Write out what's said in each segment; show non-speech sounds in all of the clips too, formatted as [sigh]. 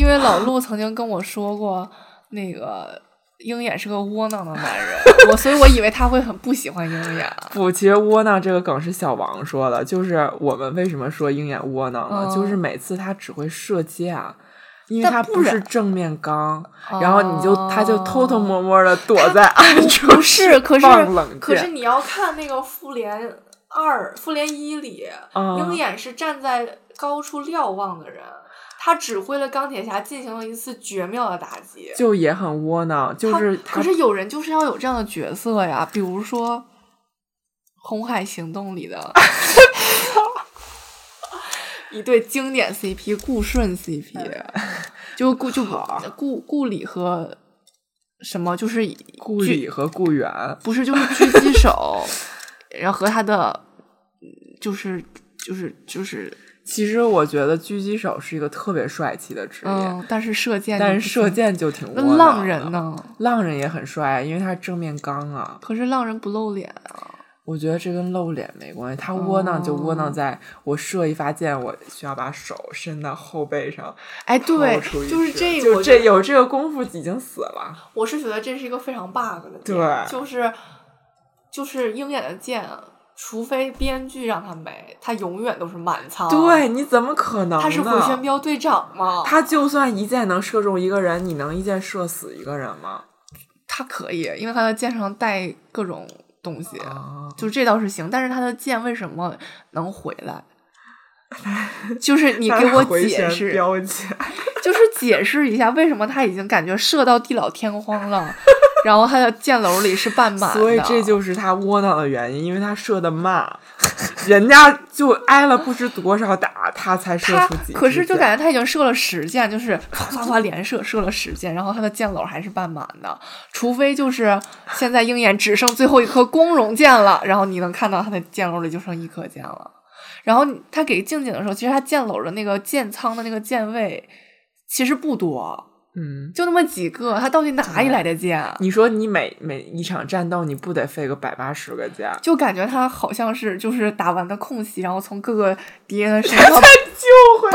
因为老陆曾经跟我说过，那个鹰眼是个窝囊的男人，我所以我以为他会很不喜欢鹰眼。不，其实窝囊这个梗是小王说的，就是我们为什么说鹰眼窝囊呢？嗯就是每次他只会射箭。因为但他不不是然正面刚，然后你就他就偷偷摸摸的躲在暗处不是，哦可是放冷可是箭你要看那个《复联二》《复联一》里，嗯鹰眼是站在高处瞭望的人，他指挥了钢铁侠进行了一次绝妙的打击。就也很窝囊，就他是可他是有人就是要有这样的角色呀，比如说《红海行动》里 [laughs] 的一对经典 CP 顾顺 CP，就嗯 [laughs] 顾就啊顾顾里和什么就是顾聚里和顾源，不是，就是狙击手，然后和他的嗯就是就是就是其实我觉得狙击手是一个特别帅气的职业，嗯，但是射箭就哎但不是射行箭就挺窝那囊浪的人？呢？浪人也很帅，啊因为他正面刚啊。可是浪人不露脸啊，我觉得这跟露脸没关系，他窝囊就窝哦囊在、我射一发箭，我需要把手伸到后背上，哎，对掏出，一就是支这个，就我觉这得有这个功夫已经死了。我是觉得这是一个非常 bug 的点，对就是就是鹰眼的箭，除非编剧让他没，他永远都是满仓，对，，你怎么可能呢？哦他是回旋镖队长嘛，他就算一箭能射中一个人，你能一箭射死一个人吗？他可以，因为他的箭上带各种东西，啊，就这倒是行，但是他的剑为什么能回 [laughs] 来？就是你给我解释，标签。就是解释一下为什么他已经感觉射到地老天荒 [laughs] 了，然后他的箭篓里是半满的，所以这就是他窝囊的原因，因为他射的慢， [laughs] 人家就挨了不知多少打，他才射他出几。可是就感觉他已经射了十箭，就是唰唰唰连射射了十箭，然后他的箭篓还是半满的，除非就是现在鹰眼只剩最后一颗光荣箭了，然后你能看到他的箭篓里就剩一颗箭了。然后你他给静静的时候，其实他箭篓的那个箭仓的那个箭位其实不多，嗯，就那么几个，他到底哪里来的箭？啊你说你每每一场战斗，你不得费个百八十个加？就感觉他好像是就是打完的空隙，然后从各个敌人的 [laughs] 身上就会，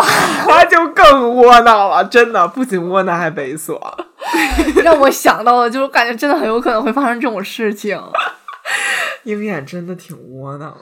他就更窝囊了，真的，不仅窝囊还猥琐。让我想到了，就是感觉真的很有可能会发生这种事情。鹰眼真的挺窝囊的，